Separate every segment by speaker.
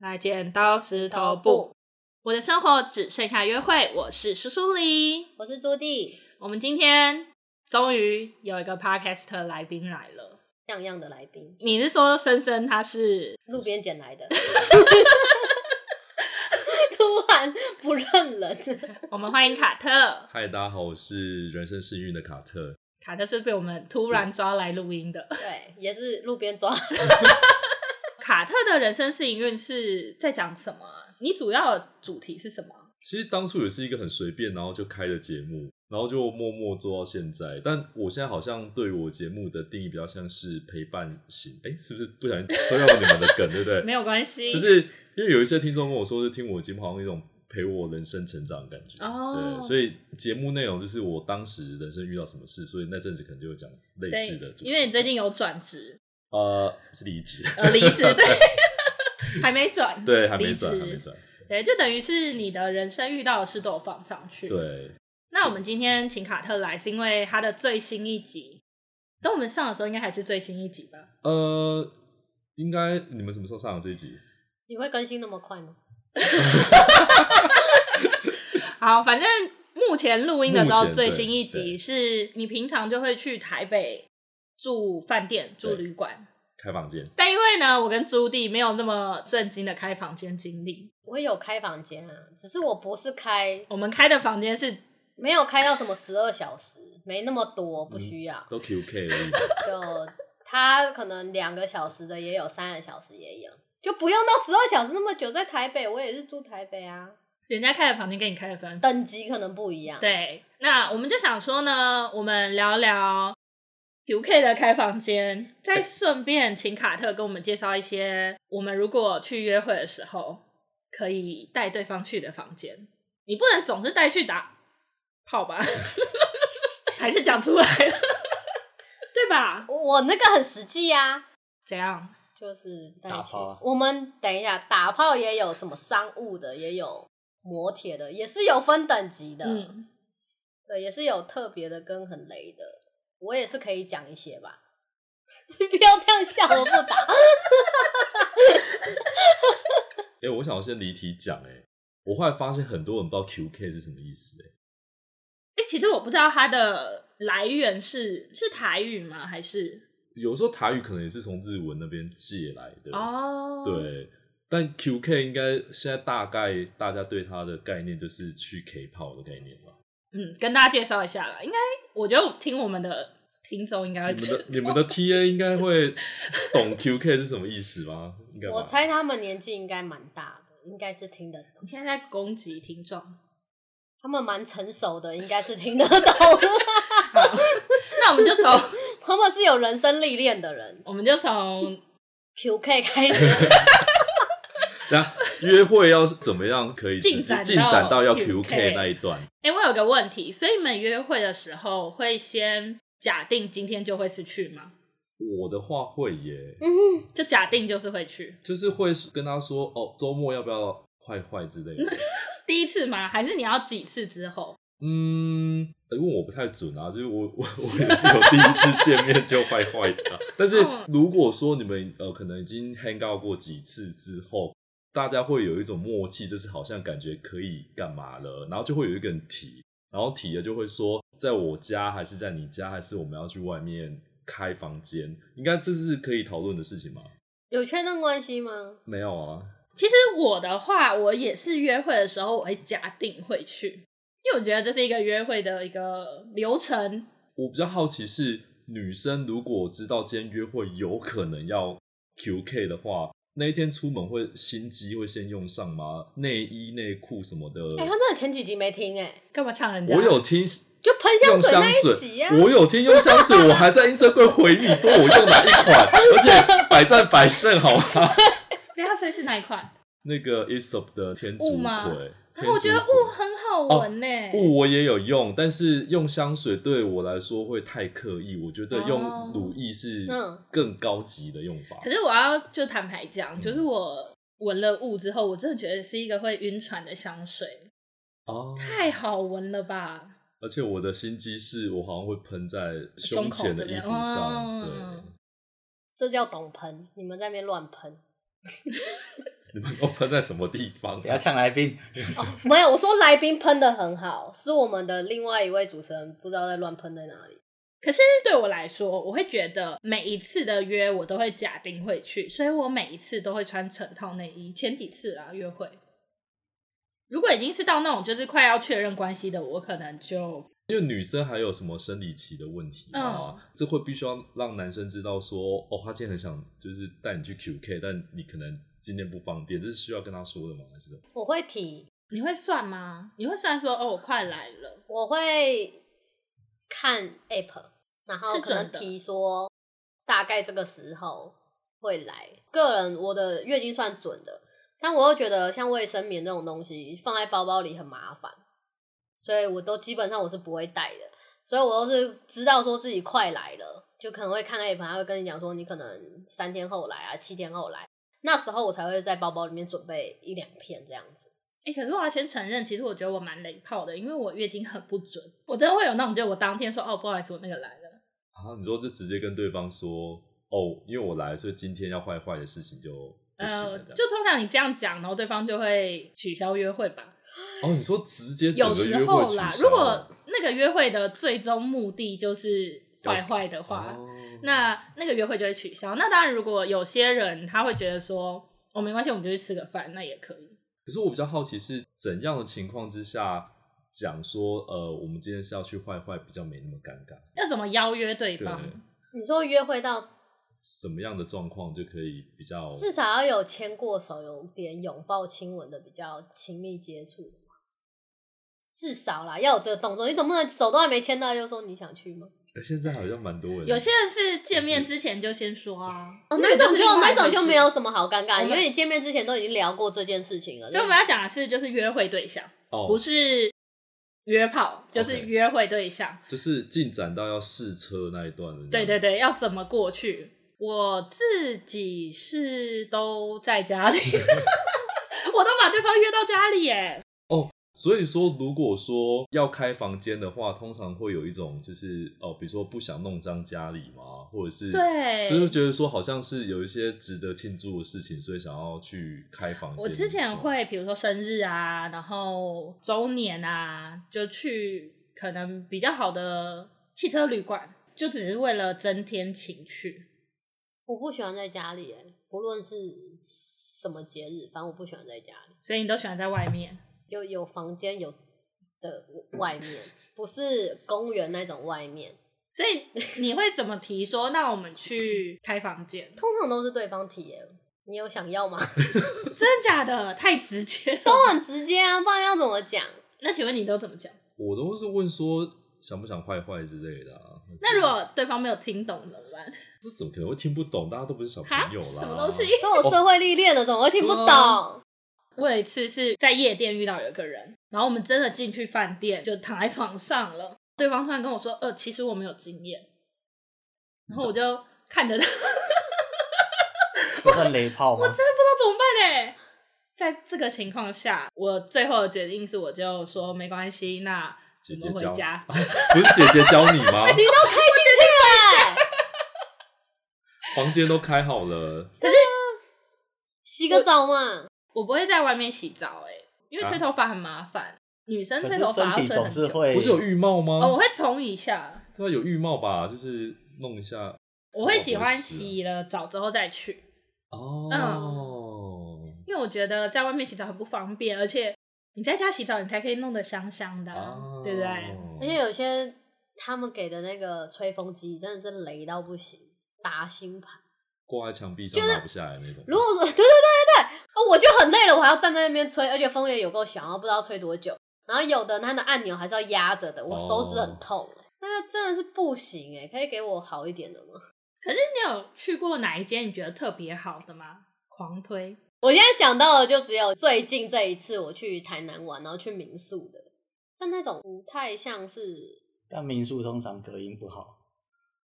Speaker 1: 来剪刀石头布。我的生活只剩下约会，我是苏苏黎。
Speaker 2: 我是朱棣，
Speaker 1: 我们今天终于有一个 podcast 来宾来了。
Speaker 2: 像样的来宾，
Speaker 1: 你是说森森他是？
Speaker 2: 路边捡来的， 突然不认人，
Speaker 1: 我们欢迎卡 特。
Speaker 3: 嗨，大家好，我是人生幸运的卡特。
Speaker 1: 卡特是被我们突然抓来录音的。
Speaker 2: 对，也是路边抓，
Speaker 1: 卡特的人生是营运是在讲什么啊？你主要的主题是什么啊？
Speaker 3: 其实当初也是一个很随便，然后就开的节目，然后就默默做到现在。但我现在好像对我节目的定义比较像是陪伴型，哎、是不是不小心推到你们的梗，对不
Speaker 1: 没
Speaker 3: 对？
Speaker 1: 有关系，
Speaker 3: 就是因为有一些听众跟我说，就听我节目好像有一种陪我人生成长的感觉。
Speaker 1: 哦
Speaker 3: 对，所以节目内容就是我当时人生遇到什么事，所以那阵子可能就会讲类似的
Speaker 1: 对，
Speaker 3: 主题。
Speaker 1: 因为你最近有转职，
Speaker 3: 呃是离职，
Speaker 1: 呃，离职，对，还没转，
Speaker 3: 对，还没
Speaker 1: 离职
Speaker 3: 转，还没转，
Speaker 1: 对，就等于是你的人生遇到的事都有放上去。，
Speaker 3: 对，
Speaker 1: 那我们今天请卡特来，是因为他的最新一集，等我们上的时候应该还是最新一集吧？
Speaker 3: 呃，应该你们什么时候上这一集？
Speaker 2: 你会更新那么快吗？
Speaker 1: 好，反正目前录音的时
Speaker 3: 目
Speaker 1: 候，
Speaker 3: 前
Speaker 1: 最新一
Speaker 3: 对
Speaker 1: 集
Speaker 3: 对
Speaker 1: 是你平常就会去台北住饭店、住
Speaker 3: 对
Speaker 1: 旅馆，
Speaker 3: 开房间，
Speaker 1: 但因为呢，我跟朱棣没有那么震惊的开房间经历，
Speaker 2: 我也有开房间啊，只是我不是开，
Speaker 1: 我们开的房间是
Speaker 2: 没有开到什么十二小时，没那么多，不需要。
Speaker 3: 都 QK 而已。
Speaker 2: 就他可能两个小时的也有，三个小时也有，就不用到十二小时那么久。在台北，我也是住台北啊，
Speaker 1: 人家开的房间跟你开的房间
Speaker 2: 等级可能不一样。，
Speaker 1: 对，那我们就想说呢，我们聊聊 UK 的开房间，再顺便请卡特跟我们介绍一些我们如果去约会的时候可以带对方去的房间。你不能总是带去打炮吧？ 还是讲出来了，对吧？
Speaker 2: 我那个很实际呀、啊。
Speaker 1: 怎样？
Speaker 2: 就是带
Speaker 3: 打
Speaker 2: 去
Speaker 3: 炮啊
Speaker 2: 我们等一下，打炮也有什么商务的，也有磨铁的，也是有分等级的。
Speaker 1: 嗯，
Speaker 2: 对，也是有特别的跟很雷的。我也是可以讲一些吧。 你不要这样笑，我不打。
Speaker 3: 哎、我想要先离题讲，哎，我后来发现很多人不知道 QK 是什么意思、哎，
Speaker 1: 哎、其实我不知道它的来源是是台语吗？还是
Speaker 3: 有时候台语可能也是从日文那边借来的，
Speaker 1: 哦，，
Speaker 3: 对。但 QK 应该现在大概大家对它的概念就是去 K 炮的概念吧？
Speaker 1: 嗯，跟大家介绍一下啦。应该我觉得听我们的听众应该会
Speaker 3: 你们
Speaker 1: 知道
Speaker 3: 的你们的 TA 应该会懂 QK 是什么意思吗？应该吧
Speaker 2: 我猜他们年纪应该蛮大的，应该是听得懂。
Speaker 1: 你现在在攻击听众。
Speaker 2: 他们蛮成熟的，应该是听得懂。
Speaker 1: 好，那我们就从
Speaker 2: 他们是有人生历练的人。
Speaker 1: 我们就从
Speaker 2: QK 开 始，
Speaker 3: 那约会要是怎么样可以直
Speaker 1: 进
Speaker 3: 接
Speaker 1: 展到
Speaker 3: 进展到要
Speaker 1: QK
Speaker 3: QK 那一段？
Speaker 1: 哎、我有个问题，所以你们约会的时候会先假定今天就会是去吗？
Speaker 3: 我的话会耶，
Speaker 2: 嗯，
Speaker 1: 就假定就是会去，
Speaker 3: 就是会跟他说哦，周末要不要坏坏之类的。
Speaker 1: 第一次吗？还是你要几次之后？
Speaker 3: 嗯，呃因为我不太准啊，就是我我我也是有第一次见面就坏坏的啊、但是
Speaker 1: 嗯
Speaker 3: 如果说你们呃可能已经 hang out 过几次之后，大家会有一种默契，就是好像感觉可以干嘛了，然后就会有一个人提，然后提了就会说在我家还是在你家，还是我们要去外面开房间，应该这是可以讨论的事情吗？
Speaker 2: 有确认关系吗？
Speaker 3: 没有啊，
Speaker 1: 其实我的话，我也是约会的时候我会假定会去，因为我觉得这是一个约会的一个流程。
Speaker 3: 我比较好奇是，女生如果知道今天约会有可能要 QK 的话，那一天出门会心机会先用上吗？内衣内裤什么的，
Speaker 2: 哎、他真的前几集没听哎、
Speaker 1: 干嘛呛人家？
Speaker 3: 我有听
Speaker 2: 就喷
Speaker 3: 用
Speaker 2: 水那
Speaker 3: 香
Speaker 2: 一集
Speaker 3: 水
Speaker 2: 啊，，
Speaker 3: 我有听用香水，我还在 Instagram 回你说我用哪一款，而且百战百胜，好吗？
Speaker 1: 人家所以是哪一款？
Speaker 3: 那个 Isop 的天
Speaker 1: 雾
Speaker 3: 竺
Speaker 1: 吗
Speaker 3: 葵，
Speaker 1: 然后我觉得
Speaker 3: 天竺
Speaker 1: 雾
Speaker 3: 葵
Speaker 1: 很好闻呢、
Speaker 3: 雾我也有用，但是用香水对我来说会太刻意，我觉得
Speaker 1: 哦
Speaker 3: 用乳液是
Speaker 2: 嗯
Speaker 3: 更高级的用法。
Speaker 1: 可是我要就坦白讲，就是我闻了雾之后，我真的觉得是一个会晕船的香水，
Speaker 3: 哦，
Speaker 1: 太好闻了吧！
Speaker 3: 而且我的心机是我好像会喷在胸前的衣服
Speaker 1: 胸口这边
Speaker 3: 上，
Speaker 1: 哦
Speaker 3: 对。
Speaker 2: 这叫懂喷，你们在那边乱喷。
Speaker 3: 你们都喷在什么地方、啊
Speaker 4: 不要呛来宾。
Speaker 2: 没有，我说来宾喷的很好，是我们的另外一位主持人不知道在乱喷在哪里。
Speaker 1: 可是对我来说，我会觉得每一次的约我都会假定会去，所以我每一次都会穿成套内衣。前几次啊约会，如果已经是到那种就是快要确认关系的，我可能就
Speaker 3: 因为女生还有什么生理期的问题啊，
Speaker 1: 嗯
Speaker 3: 这会必须要让男生知道说，哦，他今天很想就是带你去 QK，但你可能今天不方便，这是需要跟他说的吗？还是什么
Speaker 2: 我会提，
Speaker 1: 你会算吗？你会算说哦，我快来了，
Speaker 2: 我会看 app，然后
Speaker 1: 是
Speaker 2: 可能
Speaker 1: 准的
Speaker 2: 提说大概这个时候会来。个人我的月经算准的，但我又觉得像卫生棉这种东西放在包包里很麻烦，所以我都基本上我是不会带的。所以我都是知道说自己快来了，就可能会看 app，他会跟你讲说你可能三天后来啊，七天后来，那时候我才会在包包里面准备一两片这样子。
Speaker 1: 哎、可是我要先承认，其实我觉得我蛮雷炮的，因为我月经很不准，我真的会有那种，就我当天说哦，不好意思，我那个来了，
Speaker 3: 啊？你说就直接跟对方说，哦，因为我来，所以今天要坏坏的事情就不行
Speaker 1: 呃，
Speaker 3: 了。这样
Speaker 1: 就通常你这样讲，然后对方就会取消约会吧。
Speaker 3: 哦，你说直接整
Speaker 1: 有
Speaker 3: 个
Speaker 1: 时
Speaker 3: 约会
Speaker 1: 候
Speaker 3: 取
Speaker 1: 啦，
Speaker 3: 消啊哦
Speaker 1: 如果那个约会的最终目的就是坏坏的话，
Speaker 3: 哦
Speaker 1: 那那个约会就会取消。那当然，如果有些人他会觉得说，哦，没关系，我们就去吃个饭，那也可以。
Speaker 3: 可是我比较好奇是怎样的情况之下讲说，呃，我们今天是要去坏坏，比较没那么尴尬。
Speaker 1: 要怎么邀约对方？
Speaker 3: 对
Speaker 2: 你说约会到
Speaker 3: 什么样的状况就可以比较？
Speaker 2: 至少要有牵过手，有点拥抱、亲吻的比较亲密接触的嘛至少啦，要有这个动作，你总不能手都还没牵到就说你想去吗？
Speaker 3: 呃现在好像蛮多人
Speaker 1: 有些人是见面之前就先说啊，
Speaker 2: 哦，
Speaker 1: 那
Speaker 2: 那
Speaker 1: 个
Speaker 2: 种
Speaker 1: 是
Speaker 2: 就
Speaker 1: 另外
Speaker 2: 那
Speaker 1: 一回
Speaker 2: 种就
Speaker 1: 事
Speaker 2: 没有。什么好尴尬，
Speaker 1: 我们
Speaker 2: 因为你见面之前都已经聊过这件事情了。
Speaker 1: 所以我们要讲的是，就是约会对象，
Speaker 3: 哦，
Speaker 1: 不是约炮，就是
Speaker 3: OK
Speaker 1: 约会对象。
Speaker 3: 就是进展到要试车那一段了。
Speaker 1: 对
Speaker 3: 这
Speaker 1: 对对，
Speaker 3: 样，
Speaker 1: 要怎么过去？我自己是都在家里，我都把对方约到家里耶。
Speaker 3: 所以说如果说要开房间的话，通常会有一种就是哦，比如说不想弄脏家里嘛，或者是。
Speaker 1: 对，
Speaker 3: 就是觉得说，好像是有一些值得庆祝的事情，所以想要去开房间。
Speaker 1: 我之前会，比如说生日啊，然后周年啊，就去可能比较好的汽车旅馆，就只是为了增添情趣。
Speaker 2: 我不喜欢在家里耶，不论是什么节日，反正我不喜欢在家里，
Speaker 1: 所以你都喜欢在外面，
Speaker 2: 就有房间有的外面，不是公园那种外面。
Speaker 1: 所以你会怎么提说？那我们去开房间？
Speaker 2: 通常都是对方提耶，你有想要吗？
Speaker 1: 真的假的？太直接了。
Speaker 2: 都很直接啊，不然要怎么讲？
Speaker 1: 那请问你都怎么讲？
Speaker 3: 我都是问说想不想坏坏之类的、啊。
Speaker 1: 那如果对方没有听懂怎么 办？
Speaker 3: 这怎么可能会听不懂？大家都不是小
Speaker 1: 哈，
Speaker 3: 朋友啦，
Speaker 1: 什么东西？
Speaker 2: 都有社会历练的，怎么会听不懂？
Speaker 1: 我有一次是在夜店遇到有一个人，然后我们真的进去饭店，就躺在床上了。对方突然跟我说：“呃，其实我没有经
Speaker 4: 嗯
Speaker 1: 验。”然后我就看着他，
Speaker 4: 这算雷炮吗？
Speaker 1: 不知道怎么办呢、在这个情况下，我最后的决定是，我就说没关系，那
Speaker 3: 姐
Speaker 1: 我
Speaker 3: 姐
Speaker 1: 们
Speaker 3: 教
Speaker 1: 回家。
Speaker 3: 不是姐姐教你吗？
Speaker 2: 对，
Speaker 3: 房间都开好了，
Speaker 2: 洗个澡嘛。
Speaker 1: 我不会在外面洗澡、欸，哎，因为吹头发很麻烦，女生
Speaker 4: 啊可
Speaker 1: 吹
Speaker 4: 是
Speaker 1: 头
Speaker 4: 身
Speaker 1: 发要
Speaker 4: 体
Speaker 1: 吹
Speaker 4: 总
Speaker 1: 很
Speaker 4: 是
Speaker 1: 久。
Speaker 4: 会，
Speaker 3: 不是有浴帽吗？
Speaker 1: 哦，我会冲一下，
Speaker 3: 对啊，有浴帽吧，就是弄一下
Speaker 1: 我会
Speaker 3: 哦
Speaker 1: 喜
Speaker 3: 我
Speaker 1: 欢
Speaker 3: 也是
Speaker 1: 洗了澡之后再去。
Speaker 3: 哦。
Speaker 1: 因为我觉得在外面洗澡很不方便，而且你在家洗澡，你才可以弄得香香的啊、
Speaker 3: 哦
Speaker 1: 对不对？
Speaker 2: 而且有些他们给的那个吹风机真的是雷到不行，打星盘。
Speaker 3: 挂在墙壁上拿不下来那种。
Speaker 2: 如果说对对对对对，啊我就很累了，我还要站在那边吹，而且风也有够小，然后不知道吹多久。然后有的它的按钮还是要压着的，我手指很痛、那个真的是不行哎、可以给我好一点的吗？
Speaker 1: 可是你有去过哪一间你觉得特别好的吗？狂推
Speaker 2: 我现在想到的就只有最近这一次我去台南玩，然后去民宿的，但那种不太像是，
Speaker 4: 但民宿通常隔音不好，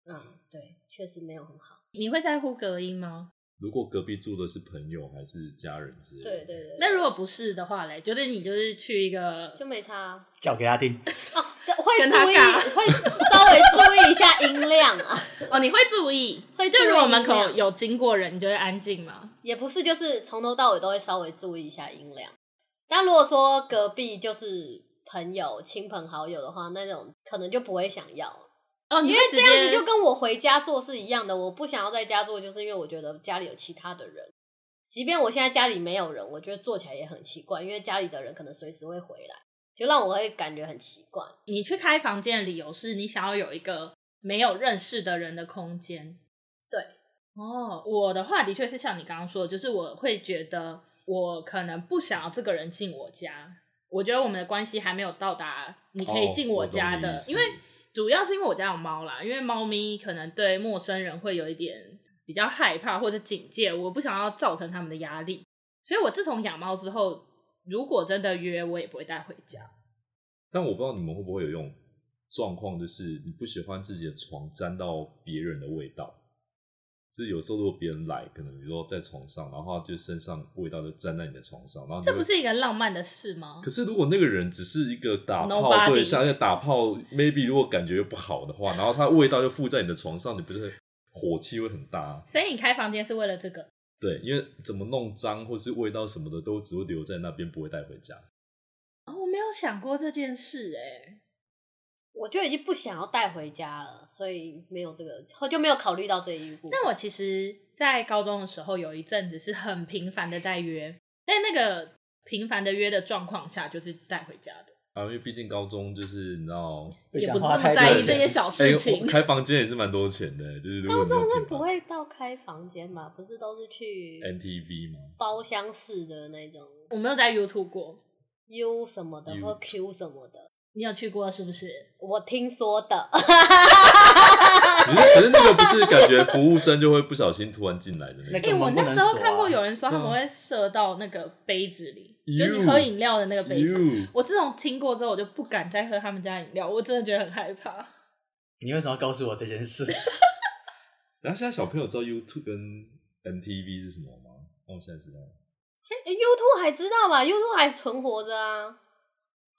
Speaker 2: 嗯，对，确实没有很好。
Speaker 1: 你会在乎隔音吗？
Speaker 3: 如果隔壁住的是朋友还是家人之类的，哦
Speaker 2: 对对对，
Speaker 1: 那如果不是的话嘞，就是你就是去一个
Speaker 2: 就没差啊、
Speaker 4: 叫给他听。
Speaker 2: 哦，会
Speaker 1: 跟他
Speaker 2: 注意，
Speaker 1: 尬
Speaker 2: 会稍微注意一下音量啊。
Speaker 1: 哦，你会注意，
Speaker 2: 会
Speaker 1: 就
Speaker 2: 注意
Speaker 1: 如果门
Speaker 2: 音
Speaker 1: 口
Speaker 2: 量
Speaker 1: 有经过人，你就会安静吗？
Speaker 2: 也不是，就是从头到尾都会稍微注意一下音量。但如果说隔壁就是朋友、亲朋好友的话，那种可能就不会想要，
Speaker 1: 哦，你
Speaker 2: 因为
Speaker 1: 会
Speaker 2: 这
Speaker 1: 直
Speaker 2: 样子
Speaker 1: 接
Speaker 2: 就跟我回家做是一样的。我不想要在家做，就是因为我觉得家里有其他的人。即便我现在家里没有人，我觉得做起来也很奇怪，因为家里的人可能随时会回来，就让我会感觉很奇怪。
Speaker 1: 你去开房间的理由是你想要有一个没有认识的人的空间。
Speaker 2: 对，
Speaker 1: 哦，我的话的确是像你刚刚说的，就是我会觉得我可能不想要这个人进我家。我觉得我们的关系还没有到达你可以
Speaker 3: 哦
Speaker 1: 进
Speaker 3: 我懂
Speaker 1: 家
Speaker 3: 你
Speaker 1: 的，
Speaker 3: 意思
Speaker 1: 因为主要是因为我家有猫啦，因为猫咪可能对陌生人会有一点比较害怕或者警戒，我不想要造成他们的压力，所以我自从养猫之后，如果真的约，我也不会带回家。
Speaker 3: 但我不知道你们会不会有一种状况，就是你不喜欢自己的床沾到别人的味道。就是有时候如果别人来，可能比如说在床上，然后他就身上味道就沾在你的床上，然后你
Speaker 1: 这
Speaker 3: 就
Speaker 1: 不是一个浪漫的事吗
Speaker 3: 可？是如果那个人只是一个打炮
Speaker 1: Nobody
Speaker 3: 对象，而且打炮 maybe 如果感觉又不好的话，然后它味道又附在你的床上，你不是火气会很大？
Speaker 1: 所以你开房间是为了这个？
Speaker 3: 对，因为怎么弄脏或是味道什么的都只会留在那边，不会带回家。
Speaker 1: 哦，我没有想过这件事哎、
Speaker 2: 我就已经不想要带回家了，所以没有这个，后就没有考虑到这一步。
Speaker 1: 但我其实，在高中的时候有一阵子是很频繁的在约，在那个频繁的约的状况下，就是带回家的，
Speaker 3: 啊，因为毕竟高中就是你知道，
Speaker 4: 不
Speaker 1: 也
Speaker 4: 想
Speaker 1: 不是
Speaker 4: 花
Speaker 1: 那么
Speaker 4: 太
Speaker 1: 在
Speaker 4: 多
Speaker 1: 意这些
Speaker 4: 钱。
Speaker 1: 小
Speaker 3: 哎
Speaker 1: 事情。
Speaker 3: 我开房间也是蛮多钱的，就是如
Speaker 2: 高
Speaker 3: 果你
Speaker 2: 中
Speaker 3: 没有频
Speaker 2: 会
Speaker 3: 繁
Speaker 2: 不会到开房间吧？不是都是去
Speaker 3: MTV 吗？
Speaker 2: 包厢式的那种
Speaker 1: 我没有在 YouTube 过，
Speaker 2: U 什么的
Speaker 3: U
Speaker 2: 或 Q 什么的，
Speaker 1: 你有去过是不是？
Speaker 2: 我听说的。
Speaker 3: 可
Speaker 2: 啊
Speaker 3: 是可是那个不是感觉服务生就会不小心突然进来的那
Speaker 4: 那
Speaker 1: 哎、
Speaker 3: 个
Speaker 4: 个，
Speaker 1: 我
Speaker 4: 门不
Speaker 1: 那
Speaker 4: 能
Speaker 1: 时候
Speaker 4: 锁啊
Speaker 1: 看过有人说他
Speaker 3: 对啊
Speaker 1: 们会射到那个杯子里，
Speaker 3: Ew
Speaker 1: 就你喝饮料的那个杯子。
Speaker 3: You
Speaker 1: 我自从听过之后，我就不敢再喝他们家饮料，我真的觉得很害怕。
Speaker 4: 你为什么要告诉我这件事？
Speaker 3: 然后现在小朋友知道 YouTube 跟 MTV 是什么吗？那我现在知道了。
Speaker 2: 欸 YouTube 还知道吧？YouTube 还存活着啊，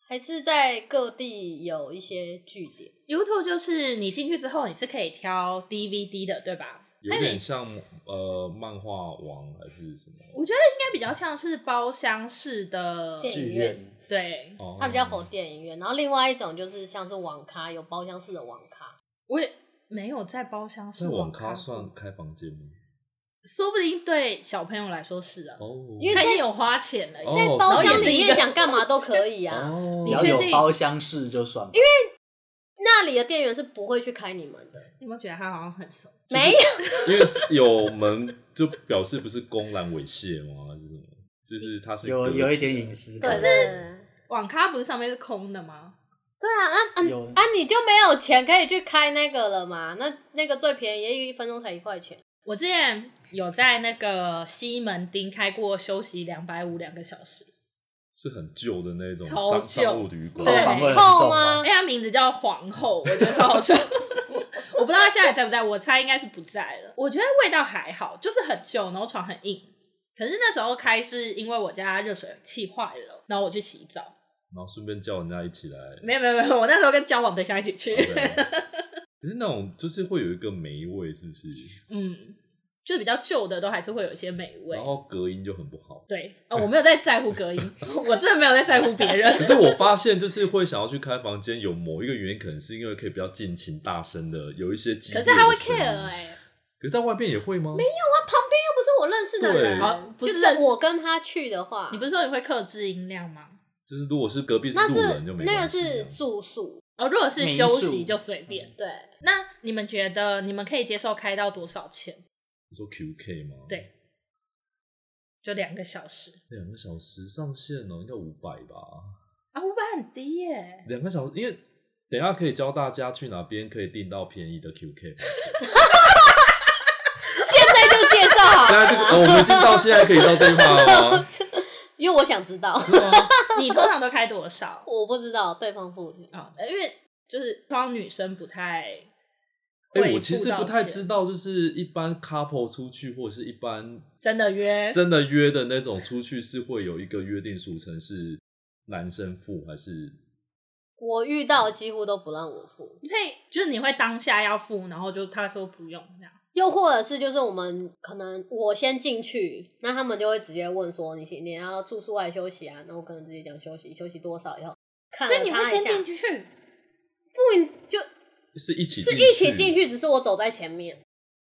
Speaker 2: 还是在各地有一些据点。
Speaker 1: YouTube 就是你进去之后，你是可以挑 DVD 的，对吧？
Speaker 3: 有点像呃漫画王还是什么？
Speaker 1: 我觉得应该比较像是包厢式的，
Speaker 2: 电
Speaker 4: 剧
Speaker 2: 影
Speaker 4: 院
Speaker 2: 院
Speaker 1: 对，
Speaker 3: 哦
Speaker 2: 它比较火电影院，然后另外一种就是像是网咖，有包厢式的网咖。
Speaker 1: 我也没有在包厢式
Speaker 3: 在网
Speaker 1: 咖
Speaker 3: 咖算，开房间吗？
Speaker 1: 说不定对小朋友来说是啊，
Speaker 3: 哦，
Speaker 2: 因为
Speaker 1: 他已经有花钱了，
Speaker 3: 哦
Speaker 2: 在包厢里面
Speaker 1: 哦
Speaker 2: 想干嘛都可以 啊，
Speaker 3: 哦
Speaker 1: 你
Speaker 4: 只要
Speaker 1: 确
Speaker 4: 有
Speaker 1: 定
Speaker 4: 包厢式就算。因为
Speaker 2: 那里的店员是不会去开你们的。
Speaker 1: 你有没有觉得他好像很熟？
Speaker 2: 没有，
Speaker 3: 因为有门就表示不是公然猥亵吗？还是什么？就是他是
Speaker 4: 有
Speaker 3: 隔
Speaker 4: 有一
Speaker 3: 起
Speaker 4: 点
Speaker 3: 来
Speaker 4: 隐私
Speaker 2: 可
Speaker 4: 感，
Speaker 2: 是
Speaker 1: 网咖不是上面是空的吗？
Speaker 2: 对啊，那
Speaker 4: 有
Speaker 2: 啊啊，你就没有钱可以去开那个了嘛？那那个最便宜，也一分钟才一块钱。
Speaker 1: 我之前有在那个西门町开过休息两百五两个小时，
Speaker 3: 是很旧的那种
Speaker 1: 超
Speaker 3: 商
Speaker 1: 旧
Speaker 3: 商务旅馆，
Speaker 1: 对
Speaker 4: 房味很
Speaker 2: 臭吗
Speaker 4: 重吗？
Speaker 1: 哎，他名字叫皇后，我觉得超好笑。我不知道他现在还在不在，我猜应该是不在了。我觉得味道还好，就是很旧，然后床很硬。可是那时候开是因为我家热水器坏了，然后我去洗澡。
Speaker 3: 然后顺便叫人家一起来。
Speaker 1: 没有没有没有，我那时候跟交往对象一起去。
Speaker 3: 对啊可是那种就是会有一个霉味，是不是？
Speaker 1: 嗯，就比较旧的都还是会有一些美味
Speaker 3: 然。后隔音就很不好。
Speaker 1: 对，哦，我没有在在乎隔音，我真的没有在在乎别人。
Speaker 3: 可是我发现，就是会想要去开房间，有某一个原因，可能是因为可以比较尽情大声的，有一些激
Speaker 1: 可
Speaker 3: 烈
Speaker 1: 是
Speaker 3: 的声音。
Speaker 1: 他会 care 哎、
Speaker 3: 可是在外面也会吗？没有，
Speaker 2: 那旁边又不是我认识的人，啊
Speaker 3: 对
Speaker 1: 好哦不是
Speaker 2: 就
Speaker 1: 认识
Speaker 2: 我跟他去的话，
Speaker 1: 你不是说你会克制音量吗？
Speaker 3: 就是如果是隔壁是
Speaker 2: 那
Speaker 3: 路
Speaker 2: 是
Speaker 3: 人就没
Speaker 2: 那个
Speaker 3: 关系
Speaker 2: 是
Speaker 3: 啊
Speaker 2: 住宿，
Speaker 1: 哦，如果是
Speaker 4: 民
Speaker 1: 休
Speaker 4: 宿
Speaker 1: 息就随便。
Speaker 2: 对，
Speaker 1: 那你们觉得你们可以接受开到多少钱？
Speaker 3: 你说 QK 吗？
Speaker 1: 对就两个小时
Speaker 3: 哎两个小时上限哦，应该五百吧。
Speaker 1: 啊，五百很低耶。
Speaker 3: 两个小时，因为等一下可以教大家去哪边可以订到便宜的 QK 吧。
Speaker 2: 现在就 介绍好
Speaker 3: 现在这个、哦、我啊们已经到现在可以到这一趴了吗？
Speaker 2: 因为我想知道，
Speaker 3: 是吗？
Speaker 1: 嗯你通常都开多少
Speaker 2: 我不知道对方付钱，
Speaker 1: 啊、因为就是通常女生不太会付
Speaker 3: 哎、
Speaker 1: 到钱。
Speaker 3: 我其实不太知道，就是一般 couple 出去或者是一般
Speaker 1: 真的约
Speaker 3: 真的约的那种出去，是会有一个约定俗成是男生付还是？
Speaker 2: 我遇到几乎都不让我付，
Speaker 1: 所以就是你会当下要付，然后就他说不用这样。
Speaker 2: 又或者是就是我们可能我先进去，那他们就会直接问说你你要住宿还是休息啊？那我可能直接讲休息，休息多少以后看
Speaker 1: 所
Speaker 2: 了
Speaker 1: 以你
Speaker 2: 他
Speaker 1: 会
Speaker 2: 一
Speaker 1: 先
Speaker 2: 下
Speaker 1: 进去，
Speaker 2: 不一就。
Speaker 3: 是一起
Speaker 2: 是一起进去，只是我走在前面。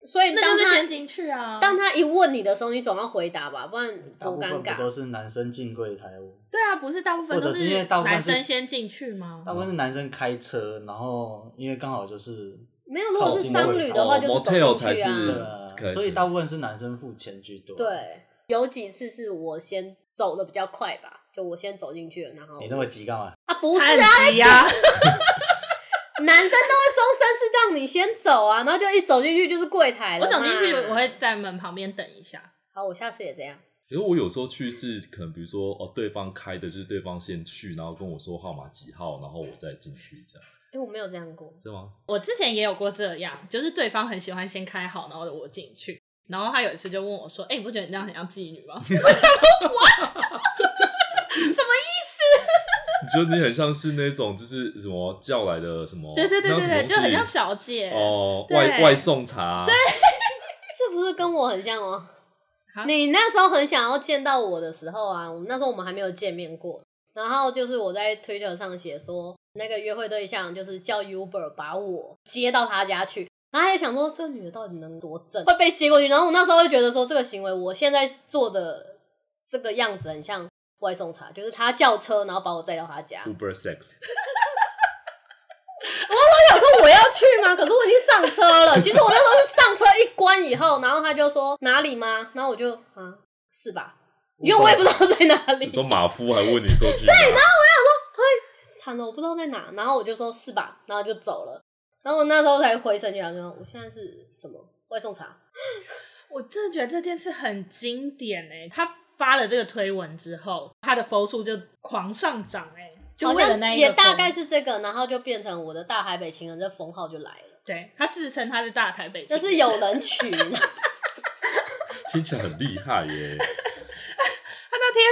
Speaker 2: 所以
Speaker 1: 那
Speaker 2: 当
Speaker 1: 就是先
Speaker 2: 他
Speaker 1: 进去啊。
Speaker 2: 当他一问你的时候，你总要回答吧，不然
Speaker 4: 大
Speaker 2: 多
Speaker 4: 部分
Speaker 2: 尴
Speaker 4: 不都
Speaker 2: 尬。
Speaker 4: 是男生进柜台，
Speaker 1: 对啊，不是大部分
Speaker 4: 或者
Speaker 1: 都
Speaker 4: 是因为大部分
Speaker 1: 男
Speaker 4: 是
Speaker 1: 生先进去吗？
Speaker 4: 大部分是男生开车，然后因为刚好就是
Speaker 2: 没有，如果是商旅的
Speaker 3: 哦
Speaker 2: 话，就是走
Speaker 3: motel
Speaker 2: 进
Speaker 3: 才
Speaker 2: 去
Speaker 3: 是
Speaker 2: 啊。
Speaker 4: 呃
Speaker 3: 开车
Speaker 4: 所以大部分是男生付钱居多。，
Speaker 2: 对，有几次是我先走的比较快吧，就我先走进去了，然后
Speaker 4: 你那么急干嘛？
Speaker 2: 啊不是
Speaker 1: 他
Speaker 2: 啊，
Speaker 1: 很急啊，
Speaker 2: 男生都会装绅士让你先走啊，然后就一走进去就是柜台了
Speaker 1: 我
Speaker 2: 嘛。
Speaker 1: 走进去我会在门旁边等一下。
Speaker 2: 好，我下次也这样。
Speaker 3: 可是我有时候去是可能，比如说哦，对方开的就是对方先去，然后跟我说号码几号，然后我再进去，这样
Speaker 2: 因为我没有这样过，
Speaker 3: 是吗？
Speaker 1: 我之前也有过这样，就是对方很喜欢先开好，然后我进去。然后他有一次就问我说：“哎、你不觉得你这样很像妓女吗？” 我想说 What？什么意
Speaker 3: 你觉得你很像是那种就是什么叫来的什么？
Speaker 1: 思？对对对
Speaker 3: 哦
Speaker 1: 对
Speaker 3: 那什
Speaker 1: 对，
Speaker 3: 么东西
Speaker 1: 就很像小姐。
Speaker 3: 哦，
Speaker 1: 对
Speaker 3: 外外送茶，对，
Speaker 2: 这不是跟我很像吗
Speaker 1: 啊？
Speaker 2: 你那时候很想要见到我的时候啊，我们那时候我们还没有见面过。然后就是我在推特上写说，那个约会对象就是叫 Uber 把我接到他家去，然后他就想说这个女的到底能多正，会被接过去。然后我那时候就觉得说，这个行为我现在做的这个样子很像外送茶，就是他叫车然后把我载到他家。
Speaker 3: Uber Sex，
Speaker 2: 想说我要去吗？可是我已经上车 了。其实我那时候是上车一关以后，然后他就说哪里吗？然后我就啊是吧？因为我也不知道在哪里
Speaker 3: 你，说马夫还问你说去哪？对，然后
Speaker 2: 惨了，我不知道在哪。然后我就说是吧，然后就走了。然后我那时候才回神起来，说我现在是什么外送茶？
Speaker 1: 我真的觉得这件事很经典哎、他发了这个推文之后，他的follow 数就狂上涨哎、就
Speaker 2: 好
Speaker 1: 为了
Speaker 2: 像
Speaker 1: 那一个
Speaker 2: 也大
Speaker 1: follow
Speaker 2: 概是这个，然后就变成我的大台北情人这封号就来了，
Speaker 1: 对他自称他是大台北，
Speaker 2: 这是有人取。
Speaker 3: 听起来很厉害耶，
Speaker 1: 他那天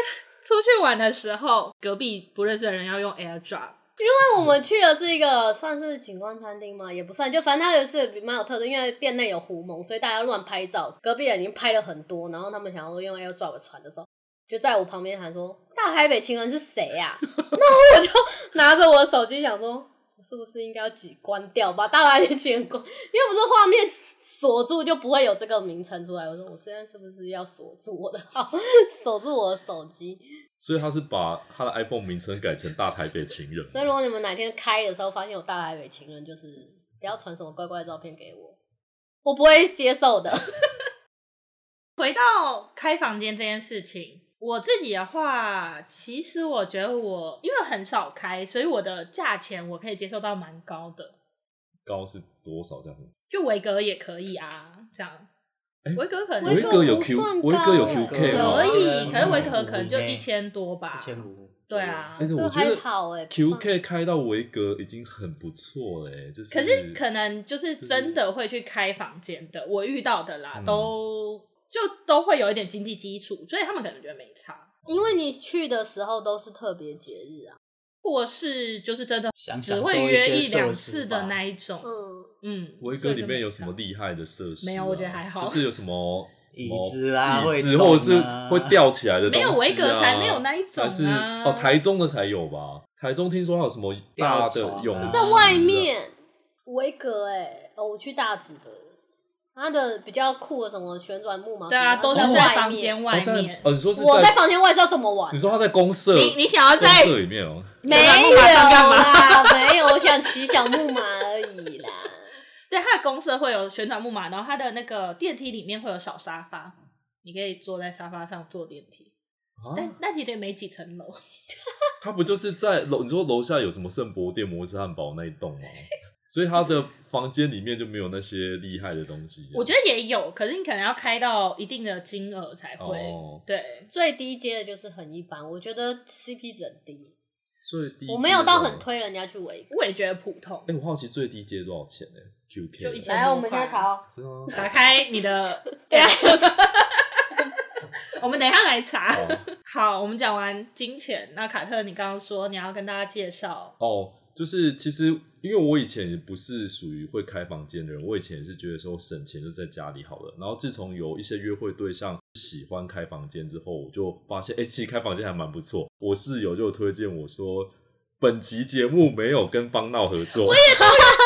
Speaker 1: 出去玩的时候，隔壁不认识的人要用 AirDrop，
Speaker 2: 那我们去的是一个算是景观餐厅吗？也不算，就反正它也是蛮有特色，因为店内有狐獴，所以大家乱拍照。隔壁人已经拍了很多，然后他们想要用 AirDrop 传的时候，就在我旁边喊说：“大台北情人是谁呀、啊？” 那我就拿着我的手机想说。我是不是应该要挤关掉把大台北情人关，因为不是画面锁住就不会有这个名称出来。我说我现在是不是要锁住我的号， 锁住我的手机？
Speaker 3: 所以他是把他的 iPhone 名称改成大台北情人，
Speaker 2: 所以如果你们哪天开的时候发现有大台北情人，就是不要传什么怪怪的照片给我，我不会接受的。
Speaker 1: 回到开房间这件事情，我自己的话，其实我觉得我因为很少开，所以我的价钱我可以接受到蛮高的，
Speaker 3: 高是多少这样子？
Speaker 1: 就维格也可以啊，这样
Speaker 3: 哎。
Speaker 1: 维格可能
Speaker 3: 维格有
Speaker 2: 不
Speaker 3: Q，
Speaker 2: 算
Speaker 3: 维格有
Speaker 2: 高
Speaker 3: QK 吗？
Speaker 1: 可以，
Speaker 4: 嗯
Speaker 1: 可是维格可能就
Speaker 4: 嗯
Speaker 1: 一千多吧
Speaker 4: 一，千五，
Speaker 1: 对啊
Speaker 3: 哎、。我
Speaker 2: 这
Speaker 3: 觉
Speaker 2: 还
Speaker 3: 得
Speaker 2: 好哎不算
Speaker 3: QK 开到维格已经很不错了、哎，就是
Speaker 1: 可是可能就是真的会去开房间的，我遇到的啦，
Speaker 3: 嗯
Speaker 1: 都就都会有一点经济基础，所以他们可能觉得没差，
Speaker 2: 因为你去的时候都是特别节日啊，
Speaker 1: 或是就是真的
Speaker 4: 想
Speaker 1: 只
Speaker 4: 享
Speaker 1: 会
Speaker 4: 受
Speaker 1: 约
Speaker 4: 一
Speaker 1: 一
Speaker 4: 些
Speaker 1: 两
Speaker 4: 奢
Speaker 1: 次
Speaker 4: 侈
Speaker 1: 的
Speaker 4: 吧。
Speaker 1: 那一种。
Speaker 2: 嗯，
Speaker 1: 嗯，
Speaker 3: 维
Speaker 1: 所
Speaker 3: 格
Speaker 1: 以就
Speaker 3: 里面
Speaker 1: 没
Speaker 3: 有什么
Speaker 1: 差
Speaker 3: 厉害的设施、啊？
Speaker 1: 没有我觉得还好
Speaker 3: 就是有什么什么
Speaker 4: 椅子啊
Speaker 3: 椅子
Speaker 4: 会动啊
Speaker 3: 或者是会吊起来的东西、
Speaker 1: 没
Speaker 3: 啊，
Speaker 1: 有维格才没有那一种啊
Speaker 3: 还是哦，台中的才有吧？台中听说还有什么大的
Speaker 4: 吊床啊
Speaker 3: 泳池、
Speaker 4: 在
Speaker 2: 在外，面维格哎、哦，我去大直的，它的比较酷的什么旋转木马，
Speaker 1: 对啊，
Speaker 2: 什么
Speaker 1: 都
Speaker 2: 它
Speaker 1: 是
Speaker 2: 是
Speaker 1: 在
Speaker 2: 在
Speaker 1: 房
Speaker 2: 外
Speaker 1: 间
Speaker 2: 面。
Speaker 1: 外
Speaker 3: 哦、
Speaker 1: 面
Speaker 3: 在。哦，你说是
Speaker 2: 我在房间外是要怎么玩
Speaker 3: 你？说他在公社，
Speaker 1: 你你想要
Speaker 3: 公
Speaker 1: 在
Speaker 3: 社里面哦、
Speaker 2: 没
Speaker 1: 旋转
Speaker 2: 有
Speaker 1: 木马上干
Speaker 2: 啦，没有，我想骑小木马而已啦。
Speaker 1: 对它的公社会有旋转木马，然后它的那个电梯里面会有小沙发，你可以坐在沙发上坐电梯，
Speaker 3: 啊
Speaker 1: 但，但其实也没几层楼。
Speaker 3: 他不就是在楼？你说楼下有什么圣博店、摩斯汉堡那一栋吗？ 所以他的房间里面就没有那些厉害的东西、
Speaker 1: 我觉得也有，可是你可能要开到一定的金额才会。
Speaker 3: 哦
Speaker 1: 对，
Speaker 2: 最低阶的就是很一般，我觉得 CP 值很低，
Speaker 3: 最低阶的
Speaker 2: 我没有到很。推人家去维格。
Speaker 1: 我也觉得普通
Speaker 3: 哎、。我好奇最低阶多少钱呢、q k 啊
Speaker 1: 就一千
Speaker 2: 来，我们现在查，
Speaker 3: 是吗？
Speaker 1: 打开你的，
Speaker 2: 对啊
Speaker 1: 我们等一下来查。
Speaker 3: 哦
Speaker 1: 好，我们讲完金钱，那卡特，你刚刚说你要跟大家介绍
Speaker 3: 哦，就是其实因为我以前也不是属于会开房间的人，我以前也是觉得说省钱就在家里好了。然后自从有一些约会对象喜欢开房间之后，我就发现，哎、其实开房间还蛮不错。我室友就推荐我说，本集节目没有跟方闹合作，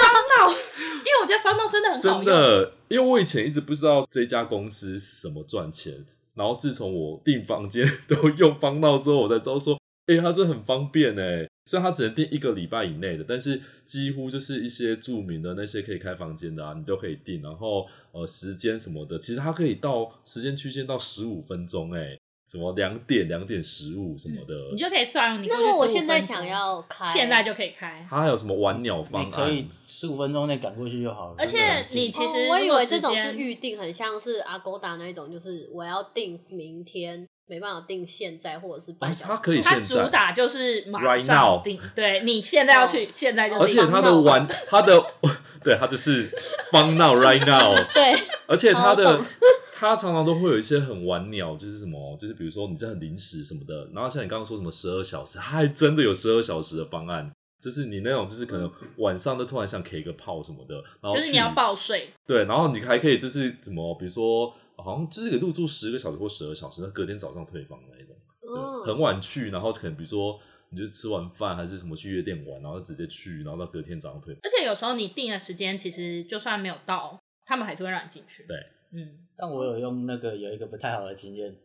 Speaker 1: 因为我觉得方东真的很好
Speaker 3: 真
Speaker 1: 用，
Speaker 3: 的，因为我以前一直不知道这家公司什么赚钱，然后自从我订房间 都用方闹之后，我才知道说，哎、它这很方便哎。虽然它只能订一个礼拜以内的，但是几乎就是一些著名的那些可以开房间的啊，你都可以订。然后呃，时间什么的，其实它可以到时间区间到十五分钟哎，什么两点、两点十五什么的。
Speaker 1: 嗯你就可以算你过
Speaker 2: 那
Speaker 1: 去
Speaker 2: 如果我
Speaker 1: 15
Speaker 2: 现在
Speaker 1: 分钟
Speaker 2: 想要开，哦
Speaker 1: 现在就可以开。
Speaker 3: 它还有什么晚鸟方案？
Speaker 4: 你可以十五分钟内赶过去就好了。啊
Speaker 1: 而且你
Speaker 2: 哦
Speaker 1: 其实
Speaker 2: 我
Speaker 1: 如
Speaker 2: 以
Speaker 1: 果
Speaker 2: 为这
Speaker 1: 时
Speaker 2: 种是
Speaker 1: 间
Speaker 2: 预定，很像是阿勾达那一种，就是我要定明天，没办法定现在或者是半
Speaker 3: 哎
Speaker 2: 小时。
Speaker 3: 它可以
Speaker 1: 它
Speaker 3: 现
Speaker 1: 主
Speaker 3: 在
Speaker 1: 打就是马
Speaker 3: Right
Speaker 1: 上
Speaker 3: now
Speaker 1: 定对你现
Speaker 2: 哦
Speaker 1: 在要去，现在就
Speaker 3: 而
Speaker 1: 定
Speaker 3: 且它的晚，它的 对，它就是方闹 right now。
Speaker 2: 对，
Speaker 3: 而且他
Speaker 2: 好
Speaker 3: 的
Speaker 2: 懂
Speaker 3: 他常常都会有一些很晚鸟，就是什么，就是比如说你这很临时什么的，然后像你刚刚说什么十二小时，他还真的有十二小时的方案，就是你那种就是可能晚上都突然想 K 个炮什么的，然后
Speaker 1: 就是你要
Speaker 3: 去
Speaker 1: 报税，
Speaker 3: 对，然后你还可以就是怎么，比如说好像就是给入住十个小时或十二小时，那隔天早上退房的那一种，
Speaker 1: 哦
Speaker 3: 对，
Speaker 2: 嗯，
Speaker 3: 很晚去，然后可能比如说。你就吃完饭还是什么去夜店玩，然后直接去，然后到隔天早上退。
Speaker 1: 而且有时候你定的时间其实就算没有到，他们还是会让你进去。
Speaker 3: 对，
Speaker 1: 嗯，
Speaker 4: 但我有用那个有一个不太好的经验，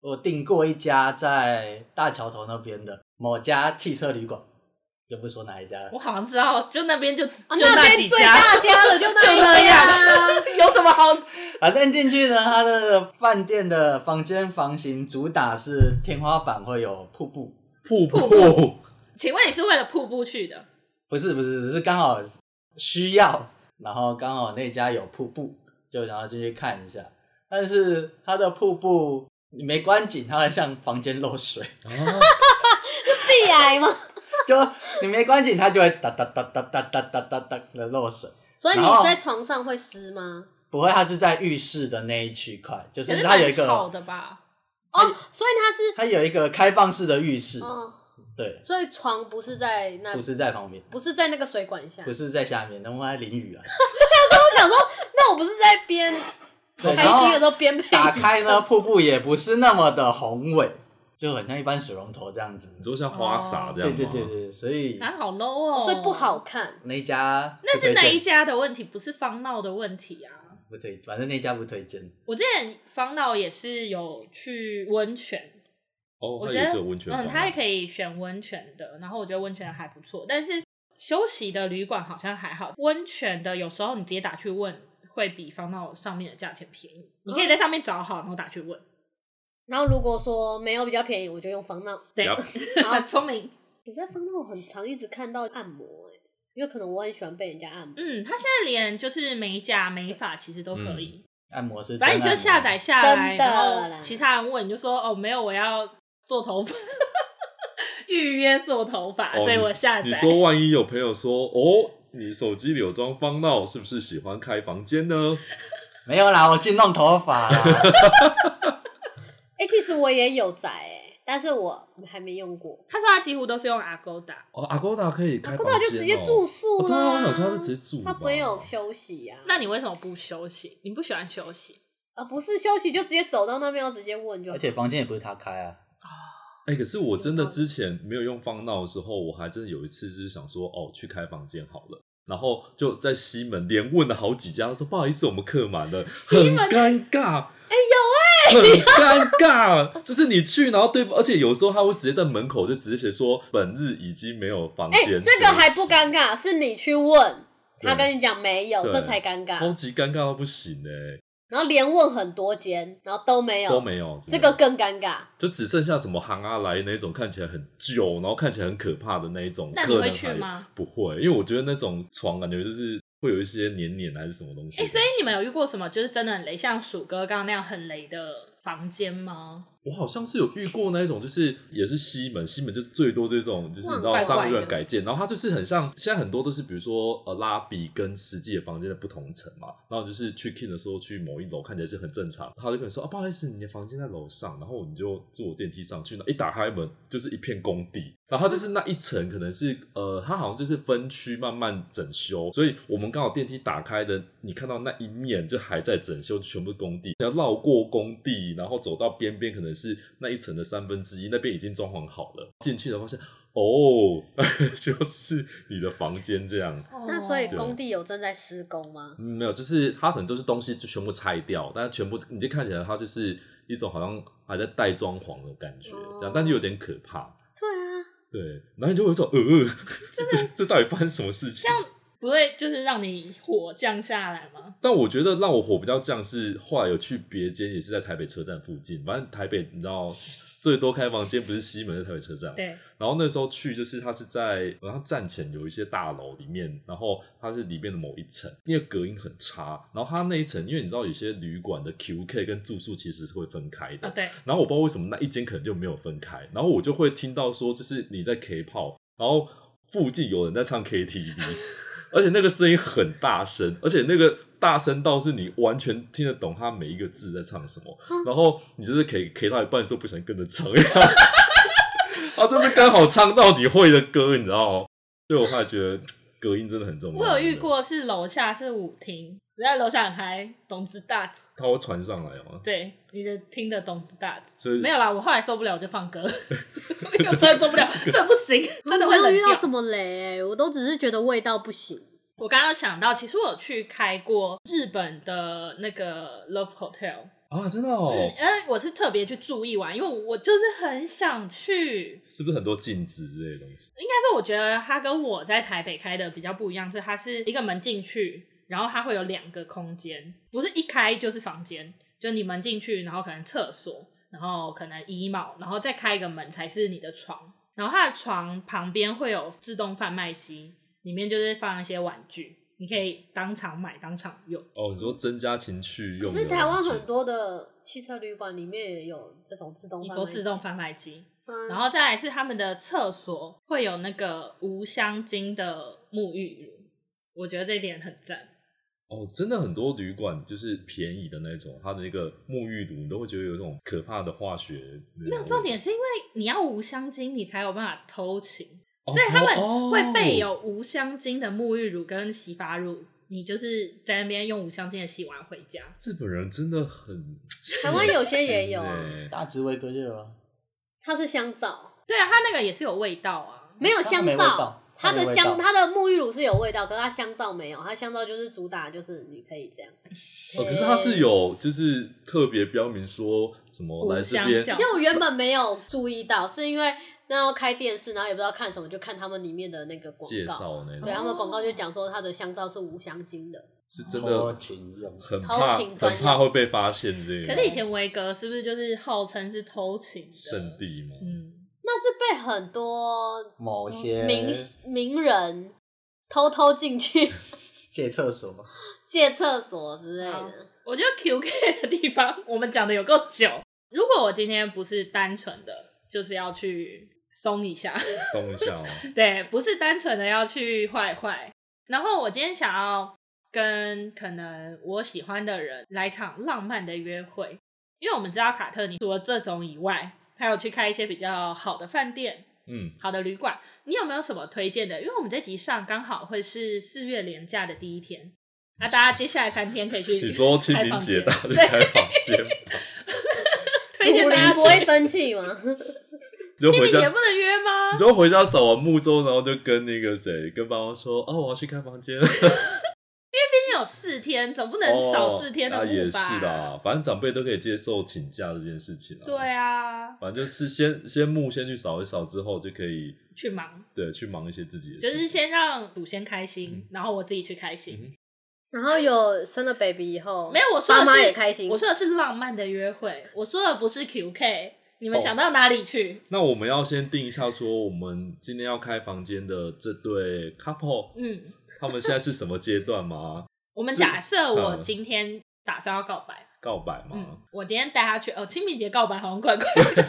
Speaker 4: 我订过一家在大桥头那边的某家汽车旅馆，就不说哪一家了
Speaker 1: 我。好像知道，就那边就、
Speaker 2: 啊
Speaker 1: 就
Speaker 2: 那边
Speaker 1: 几
Speaker 2: 最
Speaker 1: 家，
Speaker 2: 大家的就那一
Speaker 1: 那
Speaker 2: 家啊
Speaker 1: 样，有什么好？
Speaker 4: 反正进去呢，它的饭店的房间房型主打是天花板会有瀑布，
Speaker 3: 瀑布，
Speaker 1: 请问你是为了瀑布去的？
Speaker 4: 不是不是，只是刚好需要，然后刚好那家有瀑布，就想要进去看一下。但是它的瀑布你没关紧，它会向房间漏水，
Speaker 3: 啊
Speaker 2: 必癌吗？
Speaker 4: 就你没关紧，它就会哒哒哒哒哒哒哒哒哒的漏水。
Speaker 2: 所以你
Speaker 4: 然后
Speaker 2: 在床上会湿吗？
Speaker 4: 不会，它是在浴室的那一区块，就
Speaker 1: 可
Speaker 4: 是它有
Speaker 1: 蛮
Speaker 4: 一
Speaker 1: 吵
Speaker 4: 个，
Speaker 1: 的吧？
Speaker 2: 哦，所以它是
Speaker 4: 它有一个开放式的浴室，
Speaker 2: 哦，
Speaker 4: 对，
Speaker 2: 所以床不是在那，
Speaker 4: 不是在旁边，
Speaker 2: 不是在那个水管下。
Speaker 4: 不是在下面，他妈在淋雨啊！
Speaker 2: 我想说，那我不是在边
Speaker 4: 对
Speaker 2: 开
Speaker 4: 然后
Speaker 2: 心的时候边配
Speaker 4: 打开呢，瀑布也不是那么的宏伟，就很像一般水龙头这样子。
Speaker 3: 你说像花洒这样
Speaker 4: 对
Speaker 3: 吗？
Speaker 4: 对对对，所以
Speaker 1: 啊，好 low 哦，
Speaker 2: 所以不好看。
Speaker 4: 那一家
Speaker 1: 那是
Speaker 4: 不推
Speaker 1: 哪
Speaker 4: 荐
Speaker 1: 一？家的问题？不是方闹的问题啊！
Speaker 4: 不推，反正那家不推荐。
Speaker 1: 我之前方闹也是有去温泉，
Speaker 3: 哦，
Speaker 1: 我
Speaker 3: 它
Speaker 1: 觉
Speaker 3: 也
Speaker 1: 得
Speaker 3: 是有温泉房啊。
Speaker 1: 嗯，它也可以选温泉的。然后我觉得温泉还不错，但是休息的旅馆好像还好。温泉的有时候你直接打去问，会比方闹上面的价钱便宜。你可
Speaker 2: 嗯
Speaker 1: 以在上面找好，然后打去问。
Speaker 2: 然后如果说没有比较便宜，我就用防闹。
Speaker 1: 对，
Speaker 3: Yup
Speaker 1: 很聪明。
Speaker 2: 我在防闹很常一直看到按摩、欸，因为可能我很喜欢被人家按摩。
Speaker 1: 嗯，它现在连就是美甲、美发其实都可以，
Speaker 4: 按摩
Speaker 3: 嗯
Speaker 4: 是真
Speaker 1: 反正你就
Speaker 4: 按摩
Speaker 1: 下载下来，
Speaker 2: 真的啦
Speaker 1: 然后其他人问你就说哦，没有，我要做头发， 预约做头发，
Speaker 3: 哦
Speaker 1: 啊所以
Speaker 3: 你
Speaker 1: 我下载。
Speaker 3: 你说万一有朋友说哦，你手机里有装方闹，是不是喜欢开房间呢？
Speaker 4: 没有啦，我去弄头发啦。
Speaker 2: 哎、其实我也有宅、欸，但是我还没用过。啊
Speaker 1: 他说他几乎都是用 Agoda，
Speaker 3: 哦，阿勾达可以开
Speaker 2: 那
Speaker 3: 房
Speaker 2: 根
Speaker 3: 间、
Speaker 2: 本
Speaker 3: 哦，
Speaker 2: 就直接住宿
Speaker 3: 哦对
Speaker 2: 啦、
Speaker 3: 啊，我想说他是直接住吧，
Speaker 2: 他不会有休息啊？
Speaker 1: 那你为什么不休息？你不喜欢休息？
Speaker 2: 啊，不是休息就直接走到那边，要直接问就好
Speaker 4: 而。且房间也不是他开啊，
Speaker 3: 哎、可是我真
Speaker 2: 嗯
Speaker 3: 的之前没有用方闹的时候，我还真的有一次就是想说，哦，去开房间好了，然后就在西门连问了好几家，说不好意思，我们客满了，很尴尬。哎、有哎、很尴尬。就是你去，然后对方，而且有时候他会直接在门口就直接写说，本日已经没有房
Speaker 2: 哎、
Speaker 3: 间。
Speaker 2: 这个还不尴尬，是你去问他
Speaker 3: 对
Speaker 2: 跟你讲没有，
Speaker 3: 对
Speaker 2: 这才尴
Speaker 3: 超
Speaker 2: 尬。
Speaker 3: 级尴尬到不行哎、
Speaker 2: 然后连问很多间，然后都没有，
Speaker 3: 都没有
Speaker 2: 这个更尴尬。
Speaker 3: 就只剩下什么行阿来那种看起来很旧，然后看起来很可怕的那一种，
Speaker 1: 那你
Speaker 3: 可能
Speaker 1: 会去
Speaker 3: 还
Speaker 1: 吗？
Speaker 3: 不会，因为我觉得那种床感觉就是会有一些黏黏还是什么东西
Speaker 1: 哎、
Speaker 3: 的。
Speaker 1: 所以你们有遇过什么就是真的很雷，像鼠哥刚刚那样很雷的房间吗？
Speaker 3: 我好像是有遇过那一种，就是也是西门，西门就是最多这种，就是你知
Speaker 1: 怪
Speaker 3: 道
Speaker 1: 怪的
Speaker 3: 上院改建，然后它就是很像现在很多都是，比如说呃拉比跟实际的房间的不同层嘛，然后就是去 king 的时候去某一楼看起来是很正常，他就跟你说啊不好意思，你的房间在楼上，然后你就坐电梯上去，然后一打开门就是一片工地，然后它就是那一层可能是呃它好像就是分区慢慢整修，所以我们刚好电梯打开的，你看到那一面就还在整修，全部是工地，要绕过工地，然后走到边边可能是那一层的三分之一，那边已经装潢好了，进去的话是。哦， 就是你的房间这样，
Speaker 2: 那所以
Speaker 3: 哦对
Speaker 2: 工地有正在施工吗？
Speaker 3: 嗯没有，就是它很多是东西就全部拆掉，但是全部你就看起来它就是一种好像还在带装潢的感觉，这样，但是有点可怕。
Speaker 2: 对啊，
Speaker 3: 对，然后你就会说，呃，这这到底发生什么事情？
Speaker 1: 不会就是让你火降下来吗？
Speaker 3: 但我觉得让我火比较降是后来有去别间，也是在台北车站附近，反正台北你知道最多开房间不是西门，是台北车站嘛。
Speaker 1: 对，
Speaker 3: 然后那时候去就是它是在好像站前有一些大楼里面，然后它是里面的某一层，因为隔音很差。然后它那一层，因为你知道有些旅馆的 QK 跟住宿其实是会分开
Speaker 2: 呃
Speaker 3: 的，
Speaker 1: 啊对，
Speaker 3: 然后我不知道为什么那一间可能就没有分开，然后我就会听到说，就是你在 K 泡，然后附近有人在唱 KTV，而且那个声音很大声，而且那个大声到是你完全听得懂他每一个字在唱什么，然后你就是 K K 到一半的时候不想跟着唱，啊，就是刚好唱到你会的歌，你知道吗？所以我后来觉得隔音真的很
Speaker 2: 嗯
Speaker 3: 重要。
Speaker 1: 我有遇，过是楼下是舞厅，人家楼下很嗨，懂子大子，
Speaker 3: 它会传上来哦。
Speaker 1: 对，你的听得懂子大子。
Speaker 3: 所
Speaker 2: 嗯
Speaker 3: 以
Speaker 1: 没有啦，我后来受不了，我就放 歌， 我真的受不了，这不行，真的会
Speaker 2: 没有
Speaker 1: 冷
Speaker 2: 遇到
Speaker 1: 掉。
Speaker 2: 什么雷、欸我都只是觉得味道不行。
Speaker 1: 我刚刚想到，其实我有去开过日本的那个 Love Hotel，
Speaker 3: 啊，真的哦，
Speaker 1: 因为我是特别去注意完，因为我就是很想去。
Speaker 3: 是不是很多镜子之类的东西？
Speaker 1: 应该说，我觉得它跟我在台北开的比较不一样，是它是一个门进去，然后它会有两个空间，不是一开就是房间，就你门进去，然后可能厕所，然后可能衣帽，然后再开一个门才是你的床。然后它的床旁边会有自动贩卖机，里面就是放一些玩具，你可以当场买当场用。
Speaker 3: 哦，你说增加情趣
Speaker 2: 可
Speaker 3: 用的
Speaker 2: 是
Speaker 3: 玩具？
Speaker 2: 台湾很多的汽车旅馆里面也有这种自动
Speaker 1: 你
Speaker 2: 贩
Speaker 1: 说
Speaker 2: 卖
Speaker 1: 自
Speaker 2: 机，
Speaker 1: 动贩卖机，
Speaker 2: 嗯
Speaker 1: 然后再来是他们的厕所会有那个无香精的沐浴乳，我觉得这一点很赞。
Speaker 3: 哦，真的很多旅馆就是便宜的那种，它的那个沐浴乳，你都会觉得有一种可怕的化学那种味道。
Speaker 1: 没有重点是因为你要无香精，你才有办法偷情，
Speaker 3: 哦，
Speaker 1: 所以他们
Speaker 3: 哦
Speaker 1: 会备有无香精的沐浴乳跟洗发乳，你就是在那边用无香精的洗完回家。
Speaker 3: 日本人真的很细心欸，欸
Speaker 2: 台湾有些也有啊
Speaker 4: 大直威哥就有啊，
Speaker 2: 它是香皂，
Speaker 1: 对啊，它那个也是有味道啊。
Speaker 2: 没有
Speaker 4: 嗯它
Speaker 2: 香
Speaker 4: 没味
Speaker 2: 皂
Speaker 4: 道，
Speaker 2: 它
Speaker 4: 它
Speaker 2: 的
Speaker 4: 没味
Speaker 2: 香
Speaker 4: 道
Speaker 2: 它的沐浴乳是有味道，可是它香皂没有，它香皂就是主打就是你可以这样。
Speaker 3: 哦，可是它是有就是特别标明说什么来这
Speaker 1: 无
Speaker 3: 边
Speaker 1: 香
Speaker 2: 其实我原本没有注意到，是因为那要开电视，然后也不知道看什么，就看他们里面的那个广
Speaker 3: 介
Speaker 2: 告。
Speaker 3: 绍那
Speaker 2: 对，
Speaker 3: 种，
Speaker 2: 他们广告就讲说它的香皂是无香精的，
Speaker 3: 是真
Speaker 4: 偷
Speaker 3: 的
Speaker 4: 情用。
Speaker 3: 很
Speaker 2: 偷
Speaker 3: 怕
Speaker 2: 情
Speaker 3: 很
Speaker 2: 专用
Speaker 3: 怕会被发现这个。
Speaker 1: 可是以前维格是不是就是号称是偷情的
Speaker 3: 圣？地嘛，
Speaker 1: 嗯，
Speaker 2: 那是被很多
Speaker 4: 某些
Speaker 2: 名名人偷偷进去
Speaker 4: 借厕所，
Speaker 2: 借厕所之类
Speaker 1: 好
Speaker 2: 的。
Speaker 1: 我觉得 QK 的地方我们讲的有够久。如果我今天不是单纯的，就是要去松一下。
Speaker 3: 松一下哦。
Speaker 1: 对，不是单纯的要去坏坏。然后我今天想要跟可能我喜欢的人来场浪漫的约会，因为我们知道卡特，你除了这种以外，还有去开一些比较好的饭店、
Speaker 3: 嗯，
Speaker 1: 好的旅馆，你有没有什么推荐的？因为我们这集上刚好会是四月连假的第一天，那、大家接下来三天可以去
Speaker 3: 你说清
Speaker 1: 开
Speaker 3: 明
Speaker 1: 房
Speaker 3: 节
Speaker 1: 间
Speaker 3: 大家去开房 间，
Speaker 1: 推荐大家
Speaker 2: 不会生气吗？
Speaker 3: 就
Speaker 1: 清
Speaker 3: 回
Speaker 1: 明
Speaker 3: 家
Speaker 1: 节不能约 吗
Speaker 3: 你？之后回家扫完墓之后，然后就跟那个谁，跟爸妈说：“哦，我要去开房间。”
Speaker 1: 毕竟有四天，总不能少四天的
Speaker 3: 哦
Speaker 1: 墓
Speaker 3: 那
Speaker 1: 吧？
Speaker 3: 也是啦，反正长辈都可以接受请假这件事情啊。
Speaker 1: 对，啊，
Speaker 3: 反正就是先先墓先去扫一扫，之后就可以
Speaker 1: 去忙。
Speaker 3: 对去忙一些自己的事
Speaker 1: 就
Speaker 3: 情。
Speaker 1: 是先让祖先开
Speaker 3: 嗯
Speaker 1: 心，然后我自己去开心。
Speaker 2: 然后有生了 baby 以
Speaker 3: 嗯
Speaker 2: 后，
Speaker 1: 没有，我说
Speaker 2: 爸
Speaker 1: 的
Speaker 2: 妈
Speaker 1: 是
Speaker 2: 也开心。
Speaker 1: 我说的是浪漫的约会，我说的不是 QK。你们
Speaker 3: 哦
Speaker 1: 想到哪里去？
Speaker 3: 那我们要先定一下，说我们今天要开房间的这对 couple，
Speaker 1: 嗯，
Speaker 3: 他们现在是什么阶段吗？
Speaker 1: 我们
Speaker 3: 是
Speaker 1: 假设我
Speaker 3: 嗯
Speaker 1: 今天打算要告白，
Speaker 3: 告白吗？
Speaker 1: 嗯，我今天带他去哦，清明节告白好像怪怪 的，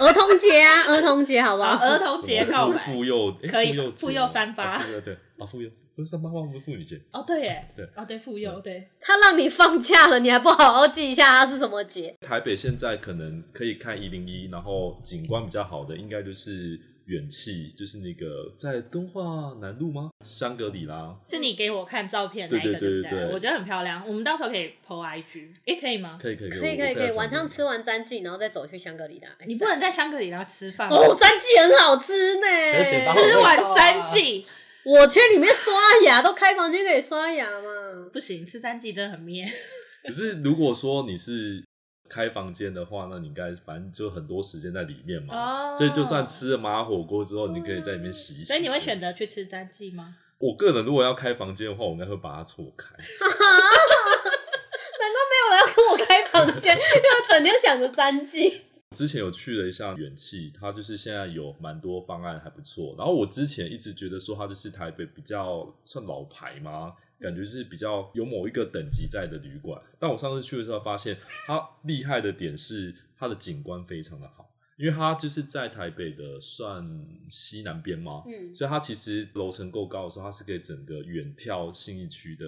Speaker 2: 儿童节啊， 儿童节好不好？
Speaker 1: 儿童节
Speaker 3: 什么
Speaker 1: 告
Speaker 3: 妇
Speaker 1: 白
Speaker 3: 妇幼诶
Speaker 1: 可以
Speaker 3: 妇幼
Speaker 1: 妇
Speaker 3: 节
Speaker 1: 幼
Speaker 3: 吗
Speaker 1: 三八
Speaker 3: 啊对对对啊，妇幼不是三八吗？不是妇女节，
Speaker 1: 哦，对耶，
Speaker 3: 对嗯
Speaker 1: 哦对，妇幼对，
Speaker 2: 他让你放假了，你还不好好记一下他是什么节？
Speaker 3: 台北现在可能可以看一零一，然后景观比较好的应该就是远气，就是那个在敦化南路吗？香格里拉
Speaker 1: 是你给我看照片那一个，
Speaker 3: 对对
Speaker 1: 不
Speaker 3: 对对对
Speaker 1: 我觉得很漂亮，我们到时候可以 PO IG，哎，可以吗？
Speaker 3: 可以可以
Speaker 2: 可以
Speaker 3: 我
Speaker 2: 可以
Speaker 3: 我
Speaker 2: 可以，
Speaker 3: 要
Speaker 2: 晚上
Speaker 3: 传给
Speaker 2: 吃完詹记，然后再走去香格里拉。
Speaker 1: 你不能在香格里拉吃饭吗
Speaker 2: 哦，詹记很好吃呢
Speaker 4: 可是嘴巴好
Speaker 1: 吃完三季
Speaker 2: 我去里面刷牙，都开房间可以刷牙嘛？
Speaker 1: 不行，吃三季真的很灭。
Speaker 3: 你。可是如果说你是开房间的话，那你应该反正就很多时间在里面嘛，
Speaker 1: 哦
Speaker 3: 所以就算吃了麻辣火锅之后，你可以在里面洗一洗。
Speaker 1: 所以你会选？择去吃三季吗？
Speaker 3: 我个人如果要开房间的话，我应该会把它错开。
Speaker 2: 啊没有人要跟我开房间，因为整天想着詹记。
Speaker 3: 之前有去了一下元气，它就是现在有蛮多方案还不错。然后我之前一直觉得说它就是台北比较算老牌嘛，感觉是比较有某一个等级在的旅馆。但我上次去的时候发现，它厉害的点是它的景观非常的好，因为它就是在台北的算西南边嘛，
Speaker 2: 嗯
Speaker 3: 所以它其实楼层够高的时候，它是可以整个远眺信义区的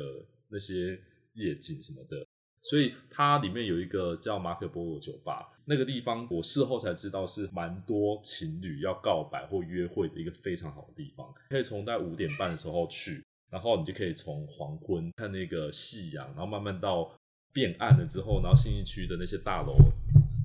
Speaker 3: 那些夜景什么的。所以它里面有一个叫马可波罗酒吧，那个地方我事后才知道是蛮多情侣要告白或约会的一个非常好的地方，可以从在五点半的时候去，然后你就可以从黄昏看那个夕阳，然后慢慢到变暗了之后，然后信义区的那些大楼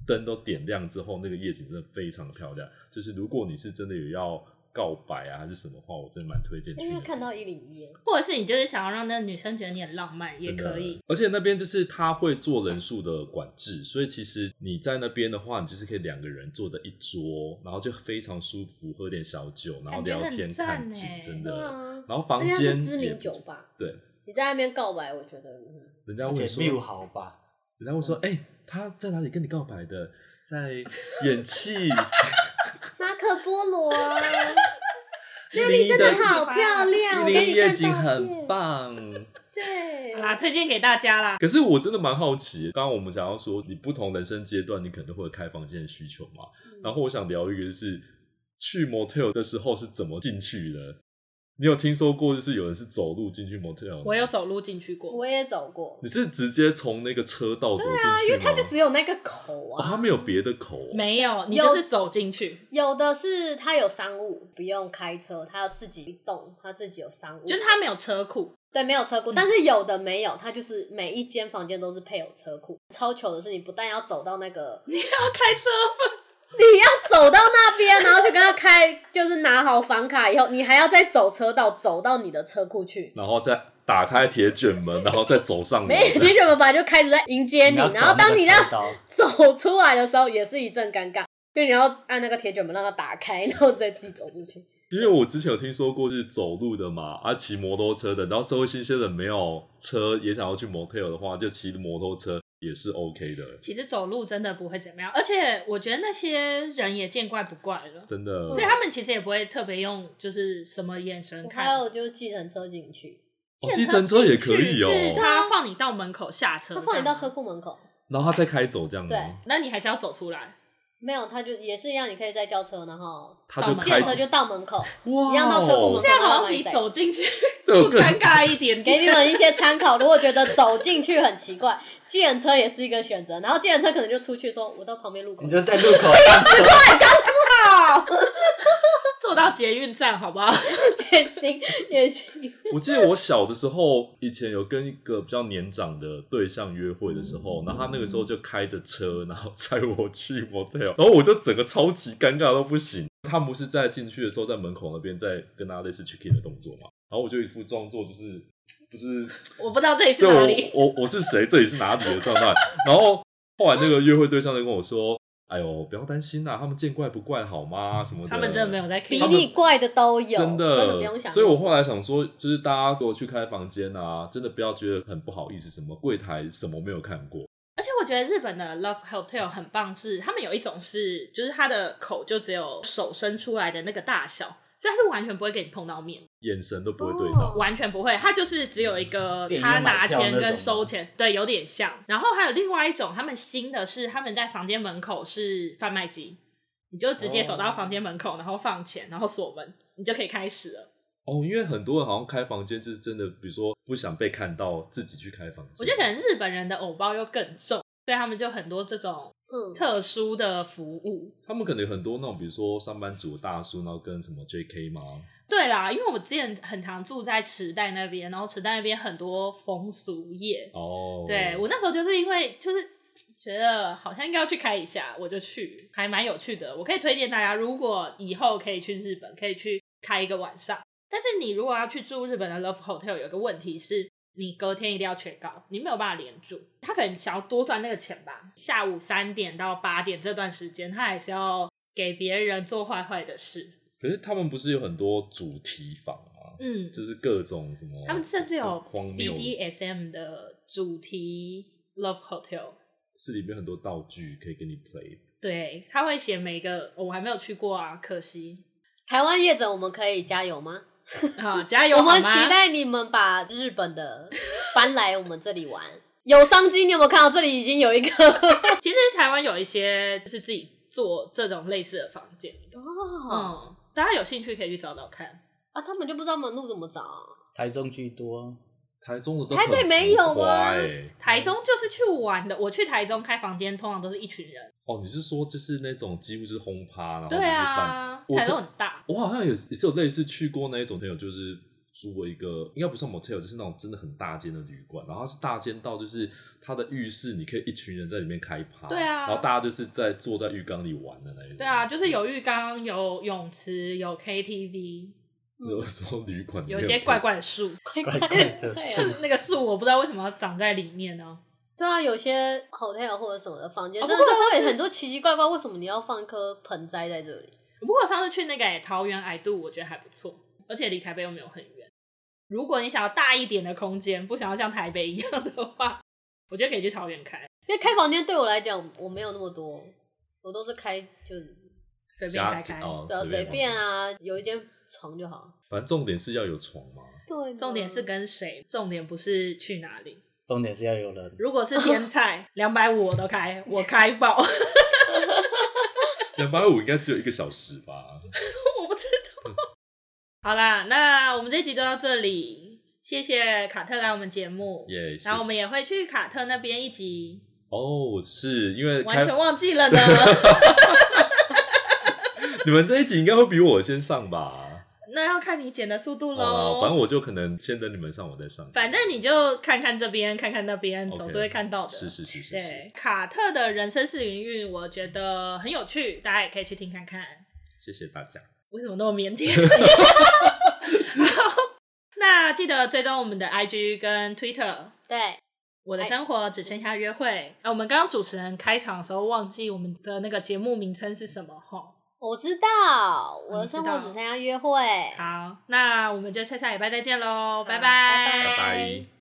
Speaker 3: 灯都点亮之后，那个夜景真的非常的漂亮。就是如果你是真的有要告白啊还是什么的话，我真的蛮推荐去
Speaker 2: 因为
Speaker 3: 的。
Speaker 2: 看到一零一，
Speaker 1: 或者是你就是想要让那个女生觉得你很浪漫也
Speaker 3: 真的
Speaker 1: 可以。。
Speaker 3: 而且那边就是他会做人数的管制，所以其实你在那边的话，你就是可以两个人坐的一桌，然后就非常舒服，喝点小酒，然后聊天
Speaker 1: 感觉很赞
Speaker 3: 看景
Speaker 1: 欸，
Speaker 3: 真
Speaker 2: 对
Speaker 3: 的。
Speaker 2: 啊，
Speaker 3: 然后
Speaker 2: 而
Speaker 3: 房
Speaker 2: 且它
Speaker 3: 间
Speaker 2: 是知
Speaker 3: 也
Speaker 2: 名
Speaker 3: 不
Speaker 2: 酒吧，
Speaker 3: 对，
Speaker 2: 你在那边告白，我觉得嗯
Speaker 3: 人家
Speaker 4: 而且
Speaker 3: 问
Speaker 4: view
Speaker 3: 说，
Speaker 4: 好吧，
Speaker 3: 人家问说，哎、他在哪里跟你告白的？在 远气
Speaker 2: 马可波 罗啊
Speaker 3: 一零一
Speaker 2: 真
Speaker 3: 的
Speaker 2: 的好漂亮，我
Speaker 3: 一
Speaker 2: 给
Speaker 3: 零一
Speaker 2: 你
Speaker 3: 夜
Speaker 2: 看
Speaker 3: 景
Speaker 2: 照
Speaker 3: 很
Speaker 2: 片。
Speaker 3: 棒。
Speaker 2: 对
Speaker 1: 好，啦，推荐给大家啦。
Speaker 3: 可是我真的蛮好奇，刚刚我们想要说，你不同人生阶段，你可能都会有开房间的需求嘛。
Speaker 2: 嗯
Speaker 3: 然后我想聊一个就是去 motel 的时候是怎么进去的？你有听说过就是有人是走路进去 motel？吗
Speaker 1: 我有，走路进去过，
Speaker 2: 我也走过，
Speaker 3: 你是哦直接从那个车道走进去吗？
Speaker 2: 它就只有那个口
Speaker 3: 哦，
Speaker 2: 啊，
Speaker 3: 他没有别的口哦、
Speaker 1: 没有，你
Speaker 2: 有
Speaker 1: 就是走进去，
Speaker 2: 有的是它有商务，不用开车，它要自己动，它自己有商务，
Speaker 1: 就是它没有车库，
Speaker 2: 对没有车库，但是有的没有，它就是每一间房间都是配有车库。超糗的是，你不但要走到那个， 你
Speaker 1: 你要开车吗？
Speaker 2: 要走到那边，然后去跟他开，就是拿好房卡以后，你还要再走车道，走到你的车库去。
Speaker 3: 然后再打开铁卷 门，然后再走上楼
Speaker 2: 没，有，你怎么把就开始在迎接哎你，
Speaker 4: 要
Speaker 2: 然后当你
Speaker 4: 找
Speaker 2: 要
Speaker 4: 那个菜刀
Speaker 2: 走出来的时候，也是一阵尴尬，因为你要按那个铁卷门让它打开，然后再自己走出去。
Speaker 3: 因为我之前有听说过是走路的嘛，啊，骑摩托车的，然后社会新鲜人没有车也想要去 motel 的话，就骑摩托车也是 OK 的，
Speaker 1: 其实走路真的不会怎么样，而且我觉得那些人也见怪不怪了，
Speaker 3: 真的。哦
Speaker 1: 所以他们其实也不会特别用就是什么眼神看。
Speaker 2: 还有就是计程车进去，
Speaker 3: 哦计程车也可以
Speaker 1: 是
Speaker 3: 哦，
Speaker 1: 他放你到门口下车，
Speaker 2: 他放你到车
Speaker 1: 这样吗，啊
Speaker 2: 库门口，
Speaker 3: 然后他再开走这样吗？
Speaker 2: 对
Speaker 1: 那你还是要走出来。
Speaker 2: 没有，他就也是一样，你可以再叫车，然后
Speaker 3: 他就
Speaker 1: 到门
Speaker 2: 计
Speaker 3: 开
Speaker 2: 程车就到门口。
Speaker 3: 哇，哦
Speaker 2: 一样到车库门
Speaker 1: 这
Speaker 2: 口
Speaker 1: 样好像比走进 去
Speaker 3: 对我
Speaker 1: 更
Speaker 3: 更
Speaker 1: 尴尬一点
Speaker 2: 给你
Speaker 1: 点。
Speaker 2: 们一些参考，如果觉得走进去很奇怪，计程车也是一个选择。然后计程车可能就出去说，我到旁边路口
Speaker 4: 你。就在路口上车，
Speaker 1: 坐到捷运站好不 好？
Speaker 2: 也行，也行。
Speaker 3: 我记得我小的时候，以前有跟一个比较年长的对象约会的时候，然后他那个时候就开着车，然后载我去 motel，然后我就整个超级尴尬到不行。他不是在进去的时候，在门口那边在跟他类似 check in 的动作嘛，然后我就一副装作就是不是
Speaker 1: 我不知道这里是
Speaker 3: 对
Speaker 1: 哪里，
Speaker 3: 我我我是谁，这里是哪里的状态。然后后来那个约会对象就跟我说：“哎呦，不要担心啦、他们见怪不怪好吗？什么的。”
Speaker 1: 他们真的没有在
Speaker 2: 比
Speaker 1: 逼
Speaker 3: 他们
Speaker 2: 你怪的都有，
Speaker 3: 真
Speaker 2: 的
Speaker 3: 的，
Speaker 2: 不用想。
Speaker 3: 所以我后来想说，就是大家给我去开房间啊，真的不要觉得很不好意思，什么柜台什么没有看过，
Speaker 1: 而且我觉得日本的 Love Hotel 很棒是，他们有一种是，就是它的口就只有手伸出来的那个大小，所以他是完全不会给你碰到面，
Speaker 3: 眼神都不会对到。
Speaker 2: 哦
Speaker 1: 完全不会，他就是只有一个
Speaker 4: 嗯电影
Speaker 1: 他
Speaker 4: 院买
Speaker 1: 拿
Speaker 4: 票
Speaker 1: 钱
Speaker 4: 那种
Speaker 1: 跟
Speaker 4: 吗
Speaker 1: 收钱，对，有点像。然后还有另外一种，他们新的是他们在房间门口是贩卖机，你就直接走到
Speaker 4: 哦
Speaker 1: 房间门口，然后放钱，然后锁门，你就可以开始了。
Speaker 3: 哦，因为很多人好像开房间就是真的，比如说不想被看到，自己去开房间。
Speaker 1: 我觉得可能日本人的偶包又更重，所以他们就很多这种
Speaker 2: 嗯，
Speaker 1: 特殊的服务。
Speaker 3: 他们可能有很多那种，比如说上班族的大叔，然后跟什么 JK 吗？
Speaker 1: 对啦，因为我之前很常住在池袋那边，然后池袋那边很多风俗业。
Speaker 3: 哦，
Speaker 1: 对我那时候就是因为就是觉得好像应该要去开一下，我就去，还蛮有趣的。我可以推荐大家，如果以后可以去日本，可以去开一个晚上。但是你如果要去住日本的 Love Hotel，有一个问题是，你隔天一定要缺稿，你没有办法连住。他可能想要多赚那个钱吧。下午三点到八点这段时间，他还是要给别人做坏坏的事。
Speaker 3: 可是他们不是有很多主题房吗？
Speaker 1: 嗯，
Speaker 3: 就是各种什么，
Speaker 1: 他们甚至有
Speaker 3: 荒谬
Speaker 1: BDSM 的主题 Love Hotel，
Speaker 3: 是里面很多道具可以给你 play。
Speaker 1: 对，他会写每个、哦我还没有去过啊，可 惜
Speaker 2: 台湾业者我们可以加油吗？
Speaker 1: 啊，加油！
Speaker 2: 我们
Speaker 1: 好吗
Speaker 2: 期待你们把日本的搬来我们这里玩。有商机，你有没有看到这里已经有一个
Speaker 1: 其实台湾有一些是自己做这种类似的房间，
Speaker 2: 哦
Speaker 1: 嗯，大家有兴趣可以去找找看。
Speaker 2: 啊？他们就不知道门路怎么找啊、
Speaker 4: 台中居多，
Speaker 3: 台中的都
Speaker 2: 台北没有吗
Speaker 3: 很浮夸欸
Speaker 1: 啊台中就是去玩的，我去台中开房间，通常都是一群人。
Speaker 3: 哦，你是说就是那种几乎就是轰趴，然后哦就是
Speaker 1: 对
Speaker 3: 办。
Speaker 1: 啊，
Speaker 3: 我
Speaker 1: 台
Speaker 3: 这
Speaker 1: 中很大，
Speaker 3: 我好像也是也是有类似去过那一种朋友，就是租了一个应该不算 motel，就是那种真的很大间的旅馆，然后它是大间到就是它的浴室你可以一群人在里面开趴，
Speaker 1: 对啊
Speaker 3: 然后大家就是在坐在浴缸里玩的那一种。
Speaker 1: 对啊，就是有浴缸、有泳池、有 KTV，
Speaker 3: 有时候旅馆里
Speaker 1: 有
Speaker 3: 面
Speaker 1: 一些怪怪的树，
Speaker 2: 怪
Speaker 4: 怪怪
Speaker 2: 对
Speaker 4: 的事
Speaker 2: 啊
Speaker 1: 就那个树我不知道为什么要长在里面哦呢、
Speaker 2: 对啊，有些 hotel 或者什么的房间，
Speaker 1: 哦
Speaker 2: 真的
Speaker 1: 不过
Speaker 2: 是
Speaker 1: 上
Speaker 2: 会
Speaker 1: 次
Speaker 2: 很多奇奇怪怪。为什么你要放一颗盆栽在这里？
Speaker 1: 不过我上次去那个、欸桃园矮度，我觉得还不错，而且离台北又没有很远。如果你想要大一点的空间，不想要像台北一样的话，我觉得可以去桃园开，
Speaker 2: 因为开房间对我来讲，我没有那么多，我都是开就是
Speaker 1: 随便
Speaker 3: 家
Speaker 1: 开开。
Speaker 3: 哦
Speaker 2: 对啊随
Speaker 3: 嘛
Speaker 2: 便，啊，有一间床就好。
Speaker 3: 反正重点是要有床嘛。
Speaker 2: 对，
Speaker 1: 重点是跟谁，重点不是去哪里。
Speaker 4: 重点是要有人。
Speaker 1: 如果 是天菜，两百五我都开，我开爆。
Speaker 3: 两百五应该只有一个小时吧？
Speaker 1: 我不知
Speaker 3: 嗯
Speaker 1: 道。好啦，那我们这一集就到这里，谢谢卡特来我们节目
Speaker 3: 耶、
Speaker 1: 然后我们
Speaker 3: 也
Speaker 1: 也会去卡特那边一集，
Speaker 3: 哦，是因为
Speaker 1: 完
Speaker 3: 开
Speaker 1: 全忘记 了呢。
Speaker 3: 你们这一集应该会比我先上吧？
Speaker 1: 那要看你剪的速度
Speaker 3: 好啦，
Speaker 1: 喽。
Speaker 3: 反正我就可能先等你们上，我再上。
Speaker 1: 反正你就看看这边，看看那边，
Speaker 3: OK
Speaker 1: 总是会看到的。
Speaker 3: 是是是是是，
Speaker 1: 对，卡特的人生是云云，我觉得很有趣，大家也可以去听看看。
Speaker 3: 谢谢大家。
Speaker 1: 为什么那么腼 腆？好那记得追踪我们的 IG 跟 Twitter。
Speaker 2: 对，
Speaker 1: 我的生活只剩下约会。啊，我们刚刚主持人开场的时候忘记我们的那个节目名称是什么吼。
Speaker 2: 我知道，我
Speaker 1: 嗯
Speaker 2: 的
Speaker 1: 你知
Speaker 2: 生活
Speaker 1: 道啊
Speaker 2: 只剩下约会。
Speaker 1: 好，那我们就下下礼拜再见喽，拜
Speaker 2: 拜拜
Speaker 3: 拜拜。